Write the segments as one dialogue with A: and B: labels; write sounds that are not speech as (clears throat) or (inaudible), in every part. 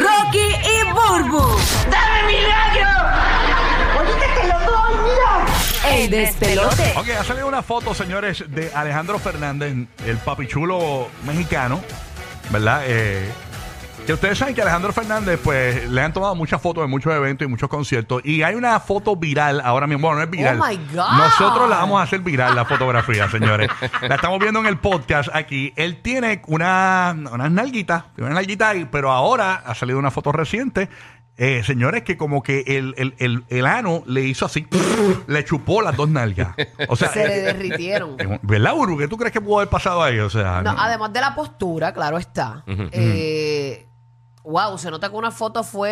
A: Rocky y Burbu.
B: ¡Dame mi gallo! ¡Ahorita te lo doy, mira!
A: El despelote.
C: Ok, ha salido una foto, señores, de Alejandro Fernández, el papichulo mexicano, ¿verdad? Eh, que ustedes saben que Alejandro Fernández, pues, le han tomado muchas fotos de muchos eventos y muchos conciertos. Y hay una foto viral ahora mismo. Bueno, no es viral.
A: Oh, my God.
C: Nosotros la vamos a hacer viral, la fotografía, señores. La estamos viendo en el podcast aquí. Él tiene una, unas nalguitas, tiene unas nalguitas, ahí, pero ahora ha salido una foto reciente. eh, señores, que como que el, el, el, el ano le hizo así, (laughs) le chupó las dos nalgas. O sea,
A: Se le
C: eh,
D: (laughs)
A: derritieron.
C: eh, ¿verdad, Uru? ¿Qué tú crees que pudo haber pasado ahí? O sea,
A: No,
C: no-
A: además de la postura, claro está. Eh, wow, se nota que una foto fue.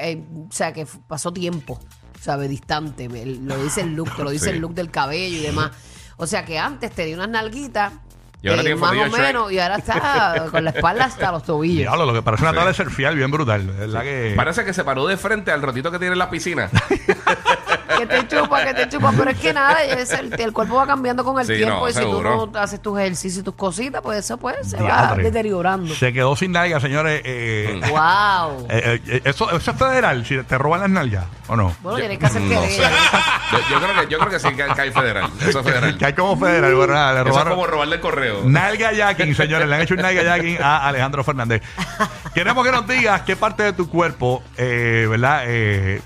A: eh, o sea, que f- pasó tiempo, ¿sabes? Distante. me- Lo dice el look, te lo dice el look del cabello y demás. O sea, que antes tenía unas nalguitas.
D: Y ahora
A: eh,
D: tiene
A: más o
D: fondillo de Shrek.
A: menos, y ahora está con la espalda hasta los tobillos.
C: Diablo, lo que parece una tabla de surfial bien brutal. ¿verdad que?
D: Parece que se paró de frente al rotito que tiene en
A: (laughs)
D: la piscina.
A: que te chupa, que te chupa, pero es que nada, es el, el cuerpo va cambiando con el
D: Sí,
A: tiempo
D: no,
A: y si
D: seguro.
A: tú no haces tus ejercicios y tus cositas, pues eso pues se va
C: Diadre.
A: deteriorando.
C: Se quedó sin nalgas, señores.
A: Mm.
C: eh, eh,
A: Wow.
C: eh, eh, eso, eso es federal, si te roban las nalgas o no.
A: Bueno, tienes que hacer que
D: No
A: dé.
D: sé.
A: (laughs)
D: Yo, yo creo que, yo creo que sí que cae federal. Eso es federal.
C: Que hay como federal, ¿verdad? Le
D: Eso es
C: robaron.
D: como robarle el correo.
C: Nalga jacking, señores. Le han hecho un nalga jacking a Alejandro Fernández. Queremos que nos digas qué parte de tu cuerpo, eh, ¿verdad? Eh,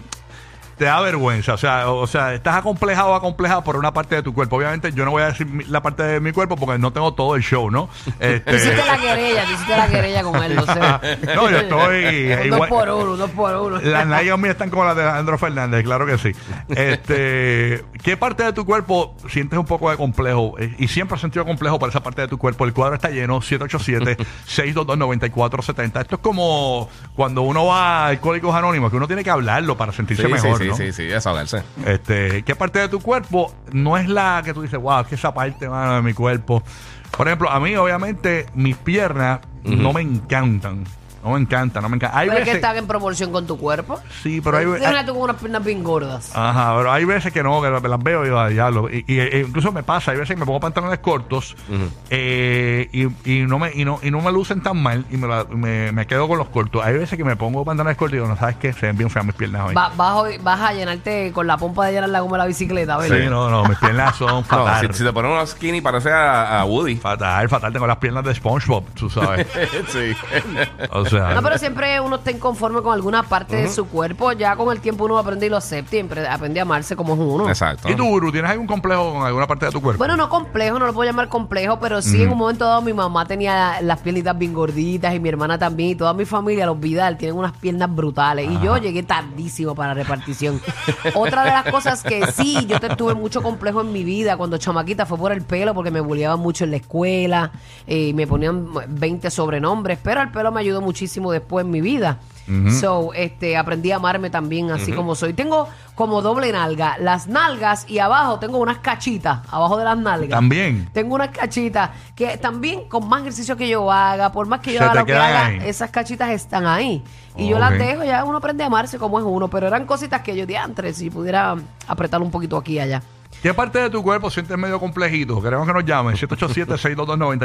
C: te da vergüenza. O sea, o sea, estás acomplejado o acomplejado por una parte de tu cuerpo. Obviamente, yo no voy a decir mi- la parte de mi cuerpo porque no tengo todo el show, ¿no?
A: Tú hiciste
C: Este,
A: la querella, tú hiciste la querella con él, lo sé.
C: (laughs) No, yo estoy eh,
A: Un dos
C: igual-
A: por uno, un dos por uno.
C: Las nalgas mías están como las de Alejandro Fernández, claro que sí. Este, ¿Qué parte de tu cuerpo sientes un poco de complejo? Eh, y siempre has sentido complejo por esa parte de tu cuerpo. El cuadro está lleno, 787-622-9470. Esto es como cuando uno va a Alcohólicos Anónimos, que uno tiene que hablarlo para sentirse
D: Sí, sí,
C: mejor,
D: sí,
C: ¿no?
D: sí, sí, desahogarse.
C: Este, ¿Qué parte de tu cuerpo no es la que tú dices, wow, es que esa parte, mano, de mi cuerpo? Por ejemplo, a mí, obviamente, mis piernas no me encantan. No me encantan, no me encantan. Hay
A: Pero es que
C: veces-
A: están en proporción con tu cuerpo.
C: Sí, pero hay, Ah,
A: Tienes una-
C: hay-
A: tú con unas piernas bien gordas.
C: ajá, pero hay veces que no, que las veo y yo, "Ay, diablo". Y, y- e incluso me pasa, hay veces que me pongo pantalones cortos eh, y, y no me, y, no, y no me lucen tan mal y me, la- me- me quedo con los cortos. Hay veces que me pongo pantalones cortos y digo, no sabes qué, se ven bien feas mis piernas hoy.
A: Va- vas, hoy- vas a llenarte con la pompa de llenarla como la bicicleta,
C: sí,
A: ¿verdad?
C: no, no, mis piernas son
D: No,
C: fatal.
D: si, si te pones unos skinny parece a, a Woody.
C: Fatal, fatal, tengo las piernas de SpongeBob, tú sabes.
D: (laughs) sí.
C: O sea,
A: No, pero siempre uno está inconforme con alguna parte de su cuerpo. Ya con el tiempo uno aprende y lo acepta y empre- aprende a amarse como es uno.
D: Exacto.
C: ¿y tú, Guru, tienes algún complejo con alguna parte de tu cuerpo?
A: Bueno, no complejo, no lo puedo llamar complejo, pero sí en un momento dado mi mamá tenía las piernitas bien gorditas y mi hermana también y toda mi familia, los Vidal, tienen unas piernas brutales y yo llegué tardísimo para la repartición. Otra de las cosas que sí, yo te tuve mucho complejo en mi vida cuando chamaquita fue por el pelo porque me bulleaban mucho en la escuela eh, y me ponían 20 sobrenombres, pero el pelo me ayudó muchísimo después en mi vida. So, este, aprendí a amarme también así como soy. Tengo como doble nalga, las nalgas y abajo tengo unas cachitas, abajo de las nalgas.
C: También.
A: Tengo unas cachitas que también con más ejercicio que yo haga, por más que yo
C: Se
A: haga
C: te
A: lo que
C: quedan
A: haga,
C: ahí.
A: esas cachitas están ahí. Y yo
C: Ok.
A: las dejo, ya uno aprende a amarse como es uno, pero eran cositas que yo di antes, si pudiera apretar un poquito aquí y allá.
C: ¿Qué parte de tu cuerpo sientes medio complejito? Queremos que nos llamen.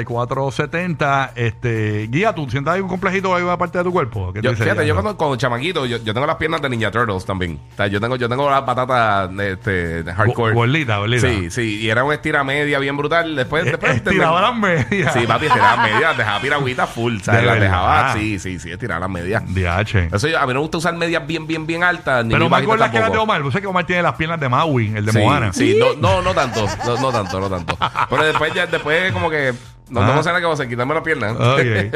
C: 787-622-9470. Este, guía, ¿tú sientes algún complejito en alguna parte de tu cuerpo? ¿Qué te
D: Yo,
C: dice
D: fíjate,
C: ella?
D: yo cuando, cuando chamaquito, yo, yo tengo las piernas de Ninja Turtles también. O sea, yo tengo, yo tengo las patatas este, de hardcore.
C: Bo- bolita, bolita.
D: Sí, sí. Y era un estira media bien brutal. Después,
C: Eh,
D: después
C: estiraba las medias.
D: Sí, papi, estiraba las medias, dejaba piragüita full, ¿sabes?
C: De
D: Las
C: verdad.
D: dejaba, sí, sí, sí, estiraba las medias.
C: DH.
D: Eso yo- a mí no me gusta usar medias bien, bien, bien altas. Ni
C: Pero
D: bien
C: más
D: bajitas
C: con las que las de
D: tampoco.
C: Omar. Tú sabes que Omar tiene las piernas de Maui, el de
D: sí,
C: Moana.
D: Sí, no, no, no tanto, no, no tanto, no tanto. Pero después, ya, después como que no, no
C: Ah.
D: sé nada que va a hacer, quitarme la pierna.
C: Ok.
D: (laughs)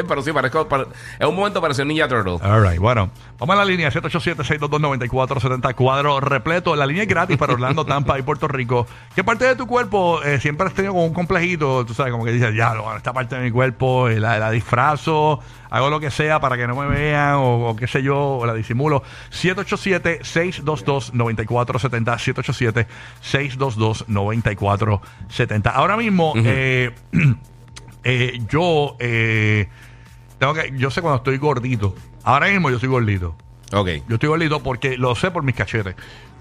C: Ah.
D: pero sí, parezco, pare- en un momento pareció un Ninja Turtle.
C: All right, bueno, vamos a la línea 787-622-9470, cuadro repleto. La línea es gratis para Orlando, Tampa y Puerto Rico. ¿Qué parte de tu cuerpo eh, siempre has tenido como un complejito? Tú sabes, como que dices, ya, lo- esta parte de mi cuerpo eh, la, la disfrazo, hago lo que sea para que no me vean o, o qué sé yo, o la disimulo. 787-622-9470, 787-622-9470. Ahora mismo, eh, (clears throat) eh, yo... eh, tengo que, yo sé cuando estoy gordito. Ahora mismo yo soy gordito.
D: Ok.
C: Yo estoy gordito porque lo sé por mis cachetes.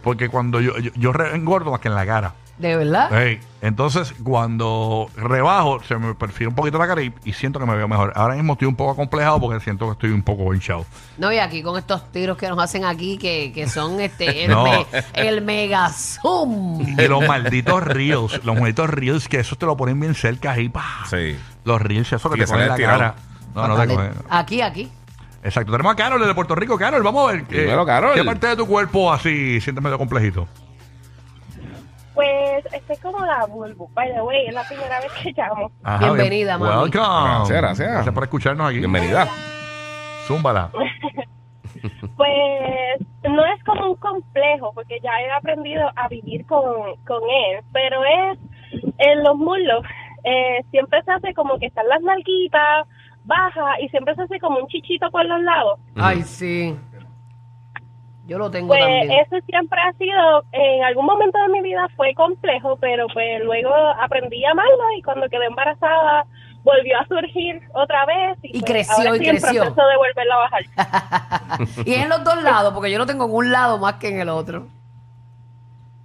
C: Porque cuando yo, yo, yo re- engordo más que en la cara.
A: ¿De verdad?
C: Ey, Entonces, cuando rebajo, se me perfila un poquito la cara y, y siento que me veo mejor. Ahora mismo estoy un poco acomplejado porque siento que estoy un poco hinchado.
A: No, y aquí con estos tiros que nos hacen aquí, que, que
C: (laughs)
A: son este el,
C: No.
A: me- el mega zoom.
C: Y los malditos reels, los malditos reels, que esos te lo ponen bien cerca ahí. pa.
D: Sí.
C: Los reels, eso que
D: Y
C: te
D: que
C: ponen
D: sale
C: la
D: estirado.
C: cara. No, eh. no te
A: Dale.
C: cogen.
A: Aquí, aquí.
C: Exacto. Tenemos a Carol de Puerto Rico. Carol, vamos a ver. eh,
D: Dímelo, Carol.
C: ¿Qué parte de tu cuerpo así sientes medio complejito?
E: Pues estoy como la Bulbu, by the way, es la primera vez que llamo.
C: Ajá,
A: Bienvenida,
C: bien-
A: mami.
C: Welcome.
D: Gracias, gracias.
C: por escucharnos aquí.
D: Bienvenida.
C: Zúmbala.
E: Pues no es como un complejo, porque ya he aprendido a vivir con, con él, pero es en los muslos, eh, siempre se hace como que están las nalguitas bajas y siempre se hace como un chichito por los lados.
A: Ay, sí. Yo lo tengo
E: Pues
A: también.
E: eso siempre ha sido, en algún momento de mi vida fue complejo, pero pues luego aprendí a amarlo y cuando quedé embarazada volvió a surgir otra vez.
A: Y
E: pues,
A: creció,
E: ahora
A: y
E: estoy en
A: creció.
E: proceso de volverlo a bajar.
A: Y es en los dos lados, porque yo lo tengo en un lado más que en el otro.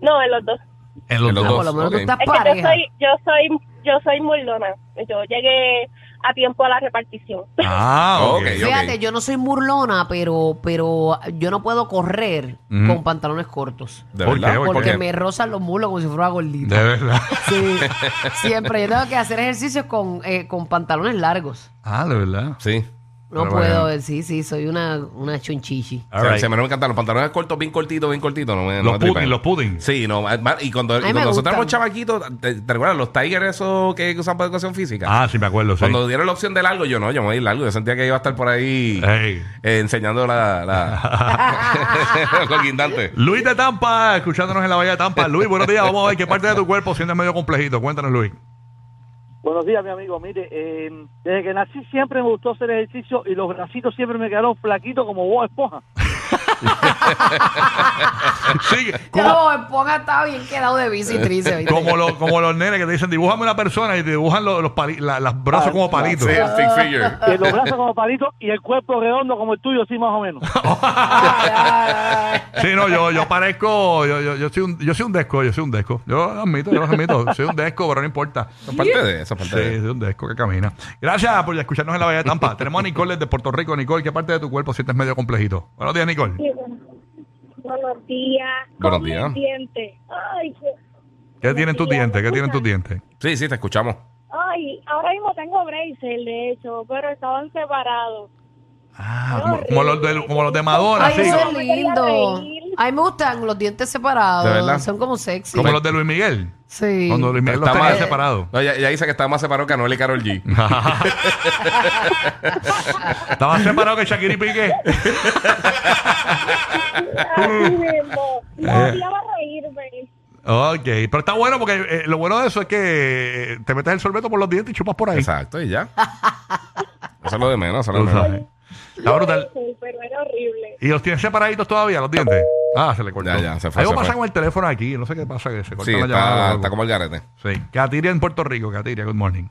E: No, en los dos.
C: En los
D: En
C: dos.
D: los
A: Ah, por
D: dos.
A: lo menos
D: ok.
A: tú estás
E: Es que yo
A: pareja.
E: soy, yo soy, yo soy murlona. Yo llegué a tiempo a la repartición.
C: Ah, ok.
D: Ok.
A: Fíjate, yo no soy murlona, pero, pero yo no puedo correr
C: Ujú.
A: con pantalones cortos.
D: De
C: ¿Por
D: verdad.
C: qué? ¿Por
A: Porque
C: qué?
A: me rozan los mulos como si fuera gordita.
C: De verdad.
A: Sí, siempre. Yo tengo que hacer ejercicios con, eh, con pantalones largos.
C: Ah, de verdad.
D: Sí.
A: No
C: Pero
A: puedo,
C: bueno.
A: sí, sí, soy una, una chunchichi.
C: All
D: se,
C: right.
D: se me encantan los pantalones cortos, bien cortitos, bien cortitos. No me, no
C: Los
D: me tripan.
C: pudding, los pudding.
D: Sí, no, ma- y cuando, y
A: A mí me
D: cuando nosotros
A: gustan.
D: éramos chavaquitos, ¿te, te acuerdas los Tigers esos que usan para educación física?
C: Ah, sí, me acuerdo. Sí.
D: Cuando dieron la opción de largo, yo no, yo me voy a ir largo. Yo sentía que iba a estar por ahí
C: Ey.
D: eh, enseñando
A: (laughs)
D: la, la (laughs) los guindantes.
C: Luis de Tampa, escuchándonos en la Bahía de
D: (laughs)
C: Tampa. Luis, buenos días. Vamos a ver qué parte de tu cuerpo sientes medio complejito. Cuéntanos, Luis.
F: Buenos días, mi amigo. Mire, eh, desde que nací siempre me gustó hacer ejercicio y los bracitos siempre me quedaron flaquitos como vos, esponja.
C: Sí, como,
A: Yo, Esponja estaba bien quedado de
C: (laughs)
A: bici y tríceps. ¿viste?
C: como, los, como los nenes que te dicen, dibújame una persona y te dibujan los, los pali- la- las brazos
F: Ah,
C: como palitos.
D: Sí, el stick figure.
G: Ah.
F: Eh, los brazos como palitos y el cuerpo redondo como el tuyo, sí, más
G: (laughs)
F: o menos.
A: Ay, ay, ay.
C: Sí, no, yo, yo parezco, yo, yo, yo soy un, yo soy un desco, yo soy un desco. Yo lo admito, yo lo admito, soy un desco, pero no importa.
D: Esa es parte de esa
C: Sí,
D: parte de.
C: es un desco que camina. Gracias por escucharnos en la Bahía de Tampa. Tenemos a Nicole de Puerto Rico. Nicole, ¿qué parte de tu cuerpo sientes medio complejito? Buenos días, Nicole.
E: Buenos días.
D: Buenos
E: Con
D: días.
E: mis dientes. Ay, qué-
C: ¿Qué tienen tus dientes? ¿Qué tienen tus dientes?
D: Sí, sí, te escuchamos.
E: ay, ahora mismo tengo braces, de hecho, pero estaban separados.
C: Ah, como, como los de, como los de Madonna,
A: Ay,
C: sí.
A: eso
E: no
A: es
E: me quería
A: lindo.
E: reír.
A: A mí me gustan los dientes
D: ¿De verdad?
A: separados. Son como sexy.
C: Como los de Luis Miguel.
A: Sí.
C: Cuando Luis Miguel los
D: Está
C: tenía
D: mal.
C: separados.
D: No, ya, ya dice que está más separado que Anuel y Carol G.
C: (laughs) Estaba separado que Shakira y Piqué.
E: Así mismo. No
C: (laughs) Eh.
E: odiaba reírme.
C: Ok, pero está bueno porque eh, lo bueno de eso es que eh, te metes el sorbeto por los dientes y chupas por ahí.
D: Exacto, y ya. Eso es lo de menos, eso es lo
C: Tú
D: de menos.
C: sabes. Está brutal.
E: Sí, Pero era horrible.
C: ¿Y los tienes separaditos todavía, los dientes? Ah, se le cortó.
D: Ya, ya, se fue,
C: Algo
D: se
C: pasa
D: fue.
C: con el teléfono aquí, no sé qué pasa, que se corta
D: Sí,
C: la llamada.
D: está,
C: o
D: está
C: algo.
D: como el garete.
C: Sí, Katiria en Puerto Rico, Katiria, good morning.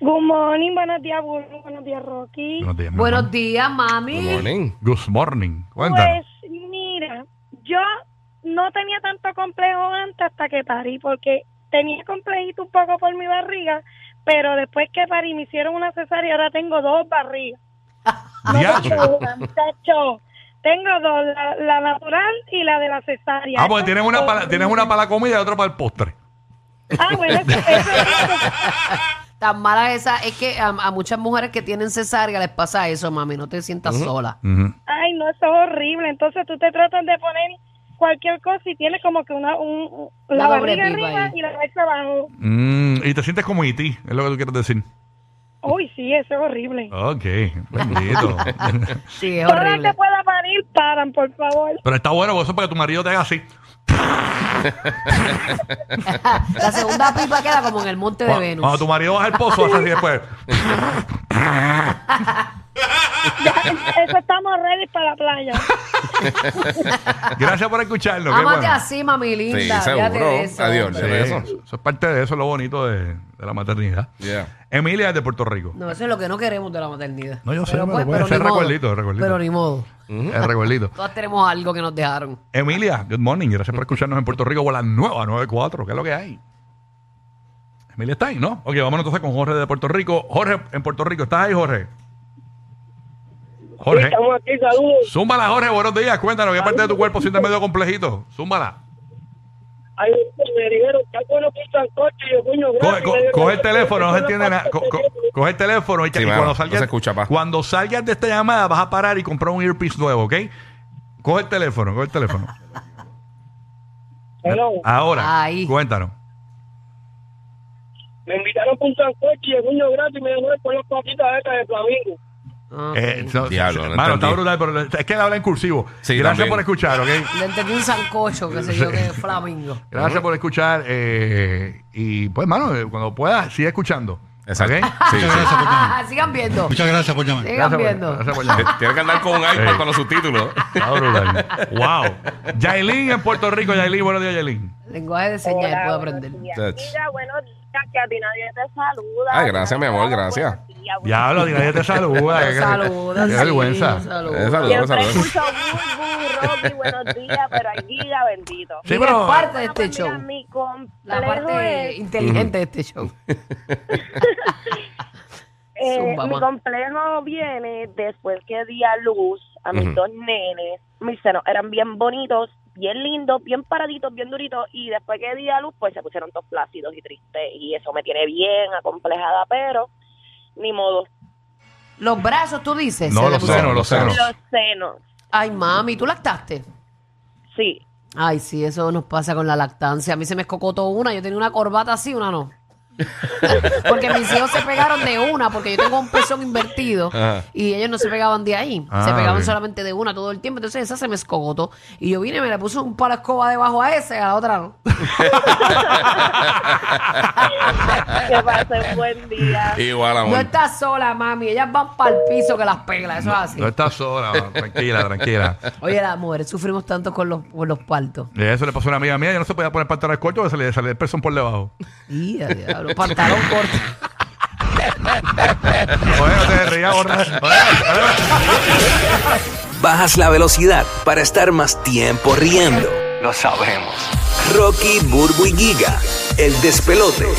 E: Good morning, buenos días, Bulbu, buenos días, Rocky.
C: Buenos días. mi
A: Buenos
C: hermano.
A: días,
D: Good
A: mami.
D: morning.
C: Good morning. Cuéntanos.
E: Pues mira, Pues, yo no tenía tanto complejo antes hasta que parí, porque tenía complejito un poco por mi barriga, pero después que parí me hicieron una cesárea, ahora tengo dos barrigas.
C: Diache.
E: Tengo una, (laughs) muchacho. Tengo dos, la, la natural y la de la cesárea.
C: Ah, porque
E: Eso
C: tienes
E: es
C: una, para, tienes una
E: horrible.
C: para la comida y otra para el postre.
E: Ah, bueno, eso- eso-
A: Tan mala esa es que a, a muchas mujeres que tienen cesárea les pasa eso, mami, no te sientas sola.
C: Ujú.
E: Ay, no, eso es horrible. Entonces tú te tratan de poner cualquier cosa y tienes como que una un, un-
A: Una
E: la
A: doble
E: barriga
A: pipa
E: arriba
A: ahí.
E: y la cabeza abajo.
C: Mm, y te sientes como IT, es lo que tú quieres decir.
E: Uy, sí, eso es horrible.
C: Ok, bendito.
A: Sí, es
E: Todas las
A: Oh, horrible.
E: que pueda parir, paran, por
A: (laughs)
E: favor.
C: Pero está bueno, porque eso es para que tu marido te haga así.
A: La segunda pipa queda como en el monte de
C: Cuando, cuando
A: Venus.
C: tu marido baja el pozo, hace así después.
E: Eso estamos ready para la playa.
C: Gracias por escucharnos. qué
A: Amate
C: bueno.
A: así, mami linda.
D: Sí,
A: fíjate
D: seguro.
A: de eso,
D: Adiós,
C: Sí,
A: hombre.
D: Eso.
C: eso. es parte de eso, lo bonito de, de la maternidad.
D: Yeah.
C: Emilia es de Puerto Rico.
A: No, eso es lo que no queremos de la maternidad.
C: No, yo sé, pero
A: pues,
C: puede ser
A: ni modo.
C: recuerdito, recuerdito.
A: Pero ni modo.
C: Es recuerdito.
A: Todas tenemos algo que nos dejaron.
C: Emilia, good morning. Gracias por escucharnos en Puerto Rico con la nueva 94. ¿Qué es lo que hay? Emilia está ahí, ¿no? Ok, vámonos entonces con Jorge de Puerto Rico. Jorge, en Puerto Rico, ¿estás ahí, Jorge? Jorge.
B: Estamos aquí, saludos.
C: Zúmbala, Jorge, buenos días. Cuéntanos, ¿qué parte de tu cuerpo sientes medio complejito? Zúmbala.
B: Ahí me dijeron, está bueno que un sancocho y yo, coño,
C: Coge,
B: gracias.
C: co-
B: Me dieron
C: coge el
B: sancocho,
C: teléfono, no se
B: yo
C: entiende nada. Co- co- coge el teléfono y, que-
D: Sí,
C: y
D: mano,
C: cuando,
D: no
C: salgas,
D: se escucha, pa.
C: cuando salgas de esta llamada vas a parar y comprar un earpiece nuevo, ¿ok? Coge el teléfono, coge el teléfono.
B: Hello.
G: Ah.
C: Ahora,
A: Ahí.
C: cuéntanos.
B: Me invitaron para un sancocho y yo, coño, gracias. Y me dejaron con las papitas estas de flamingo.
A: Ah,
C: Eh,
A: sí.
C: no,
D: Diablo, no
C: mano, está
D: entendí.
C: brutal, pero es que él habla en cursivo.
D: Sí,
C: Gracias
D: también.
C: por escuchar, ¿ok?
A: Le entendí un sancocho, que sé yo, que es
C: (laughs)
A: flamingo.
C: Gracias por escuchar. eh, y pues, mano, eh, cuando puedas, sigue escuchando.
D: Exacto.
C: (laughs) ¿ok?
D: Sí,
G: Muchas
D: sí.
G: gracias por llamar.
A: Ah, Sigan viendo.
G: Muchas gracias por llamar.
A: Sigan
C: por-
A: viendo.
C: gracias por llamar.
D: Tienes que andar con un
C: Sí.
D: iPad con los subtítulos.
C: Está brutal. wow. Yailin en Puerto Rico. Yailin, buenos días, Yailin.
A: Lenguaje de señas,
E: Hola,
A: puedo
E: buenos
A: aprender.
E: días.
D: That's-
E: Mira, buenos días, que a ti nadie te saluda.
D: Ay, gracias, mi amor, gracias.
E: Buenos días, buenos
C: Ya hablo, nadie te saluda. Ah, qué-
A: Saludos.
C: Qué vergüenza.
A: Sí, saludos.
D: Eh, Saludos,
E: Siempre
D: saludos.
E: escucho Bulbu, Rocky, buenos días, pero hay Giga, bendito.
C: Sí,
A: Mira,
C: pero-
A: es parte de
E: Bueno,
A: este
E: pues
A: show.
E: mira, mi complejo
A: La parte
E: es,
A: inteligente de este show.
E: (laughs) eh,
A: Zumba,
E: mi
A: ma.
E: complejo viene después que di a luz a mis
D: Ujú.
E: dos nenes. Mis senos eran bien bonitos, bien lindos, bien paraditos, bien duritos. Y después que di a luz, pues se pusieron todos plácidos y tristes. Y eso me tiene bien acomplejada, pero ni modo.
A: Los brazos, tú dices.
C: No,
A: se le
C: los
A: pusieron-
C: senos, los senos.
E: Los senos,
A: Ay, mami, ¿tú lactaste?
E: sí.
A: Ay, sí, eso nos pasa con la lactancia. A mí se me escocotó una, yo tenía una corbata así, una no. (laughs) porque mis hijos se pegaron de una, porque yo tengo un pezón invertido
D: Ajá.
A: y ellos no se pegaban de ahí.
C: Ah,
A: se pegaban
C: ok.
A: solamente de una todo el tiempo. Entonces esa se me escogotó. Y yo vine, me le puse un palo de escoba debajo a esa y a la otra no.
E: Que pasen buen día.
D: Igual,
C: Ah,
A: (laughs) No
D: amor.
A: estás sola, mami. Ellas van para el piso que las pela. Eso es así.
C: No estás sola, mano. tranquila, tranquila.
A: Oye, las mujeres sufrimos tanto con los, con los partos.
C: Y Eso le pasó a una amiga mía, yo no se podía poner pantalones cortos, se le salía el pezón por debajo.
A: Y, diablo, pantalón corto.
C: Oye, no te rías, gorda.
H: Bajas la velocidad para estar más tiempo riendo. Lo sabemos. Rocky, Burbu y Giga, el despelote.